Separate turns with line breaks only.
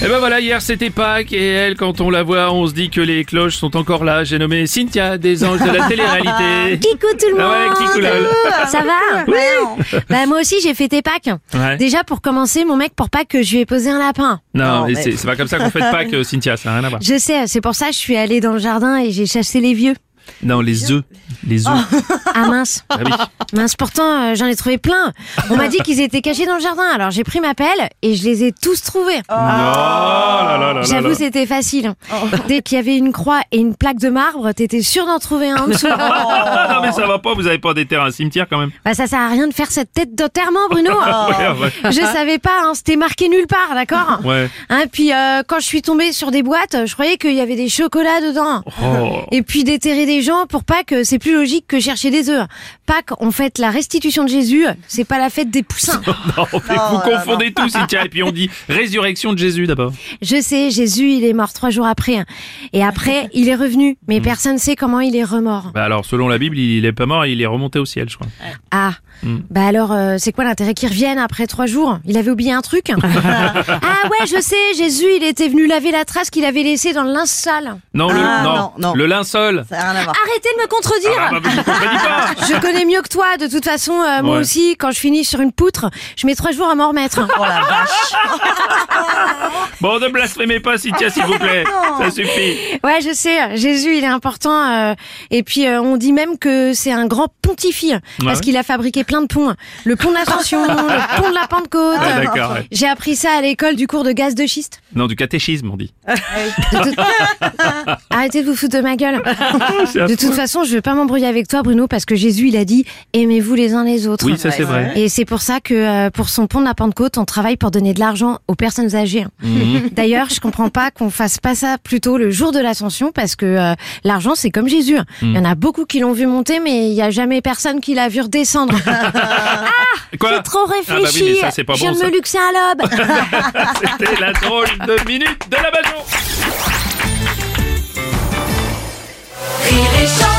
Et ben voilà, hier c'était Pâques et elle, quand on la voit, on se dit que les cloches sont encore là. J'ai nommé Cynthia des anges de la télé-réalité.
Kikou tout le
Ah
monde
ouais, kikou là.
Ça va Bah moi aussi j'ai fêté Pâques.
Ouais.
Déjà pour commencer, mon mec pour Pâques je lui ai posé un lapin.
Non, mais
mais-
c'est c'est pas comme ça qu'on fait de Pâques, euh, Cynthia, ça n'a rien à voir.
Je sais, c'est pour ça que je suis allée dans le jardin et j'ai chassé les vieux.
Non, les Oh. œufs. Les œufs.
Ah mince,
Ah oui.
mince pourtant euh, j'en ai trouvé plein. On m'a dit qu'ils étaient cachés dans le jardin, alors j'ai pris ma pelle et je les ai tous trouvés.
Oh là là là là là. Oh.
J'avoue c'était facile. Dès qu'il y avait une croix et une plaque de marbre, t'étais sûr d'en trouver un en dessous.
Ah non, mais ça va pas, vous avez pas des terrains cimetière quand même.
Bah ça sert à rien de faire cette tête d'enterrement Bruno.
Oh. Ouais, ouais.
Je savais pas, hein, c'était marqué nulle part, d'accord
Ouais.
Hein, puis euh, quand je suis tombée sur des boîtes, je croyais qu'il y avait des chocolats dedans.
Oh.
Et puis déterrer des gens pour Pâques, euh, c'est plus logique que chercher des œufs. Pâques, on fête la restitution de Jésus, c'est pas la fête des poussins.
Non, mais vous confondez tout, Cynthia. Et puis on dit résurrection de Jésus d'abord.
Je sais, Jésus, il est mort trois jours après. hein. Et après, il est revenu, mais personne sait comment il est remort.
Bah alors, selon la Bible, il est pas mort, il est remonté au ciel, je crois.
Ah, bah alors, euh, c'est quoi l'intérêt qu'il revienne après trois jours Il avait oublié un truc Ah ouais, je sais, Jésus, il était venu laver la trace qu'il avait laissée dans le linge sale.
Non, le,
Ah,
non,
non, non.
le linceul.
Ça n'a rien à voir.
Arrêtez de me contredire
Ah, bah, vous ne comprenez pas.
Je connais mieux que toi, de toute façon, euh, moi
Ouais.
aussi, quand je finis sur une poutre, je mets trois jours à m'en remettre.
Oh la vache
Bon, ne blasphémez pas, Cynthia, s'il vous plaît. Ça suffit.
ouais, je sais, Jésus, il est important. euh, et puis, euh, on dit même que c'est un grand pontifié, parce
Ouais.
qu'il a fabriqué plein de ponts. hein. Le pont de l'Ascension, le pont de la Pentecôte.
Ah, d'accord. ouais.
J'ai appris ça à l'école du cours de gaz de schiste.
Non, du catéchisme, on dit.
De toute- Arrêtez de vous foutre de ma gueule. De toute façon, je vais pas m'embrouiller avec toi, Bruno, parce que Jésus, il a dit aimez-vous les uns les autres.
Oui, ça c'est vrai.
Et c'est pour ça que euh, pour son pont de la Pentecôte, on travaille pour donner de l'argent aux personnes âgées.
Mhm.
D'ailleurs, je comprends pas qu'on fasse pas ça plutôt le jour de l'ascension parce que euh, l'argent c'est comme Jésus. hein.
Mhm.
Il y en a beaucoup qui l'ont vu monter mais il y a jamais personne qui l'a vu redescendre.
Quoi
J'ai trop
Ah bah oui, mais
réfléchi.
ça c'est pas
je
bon.
me
ça.
luxer un lobe.
C'était la drôle de minute de la Bajon.
Rire et chanson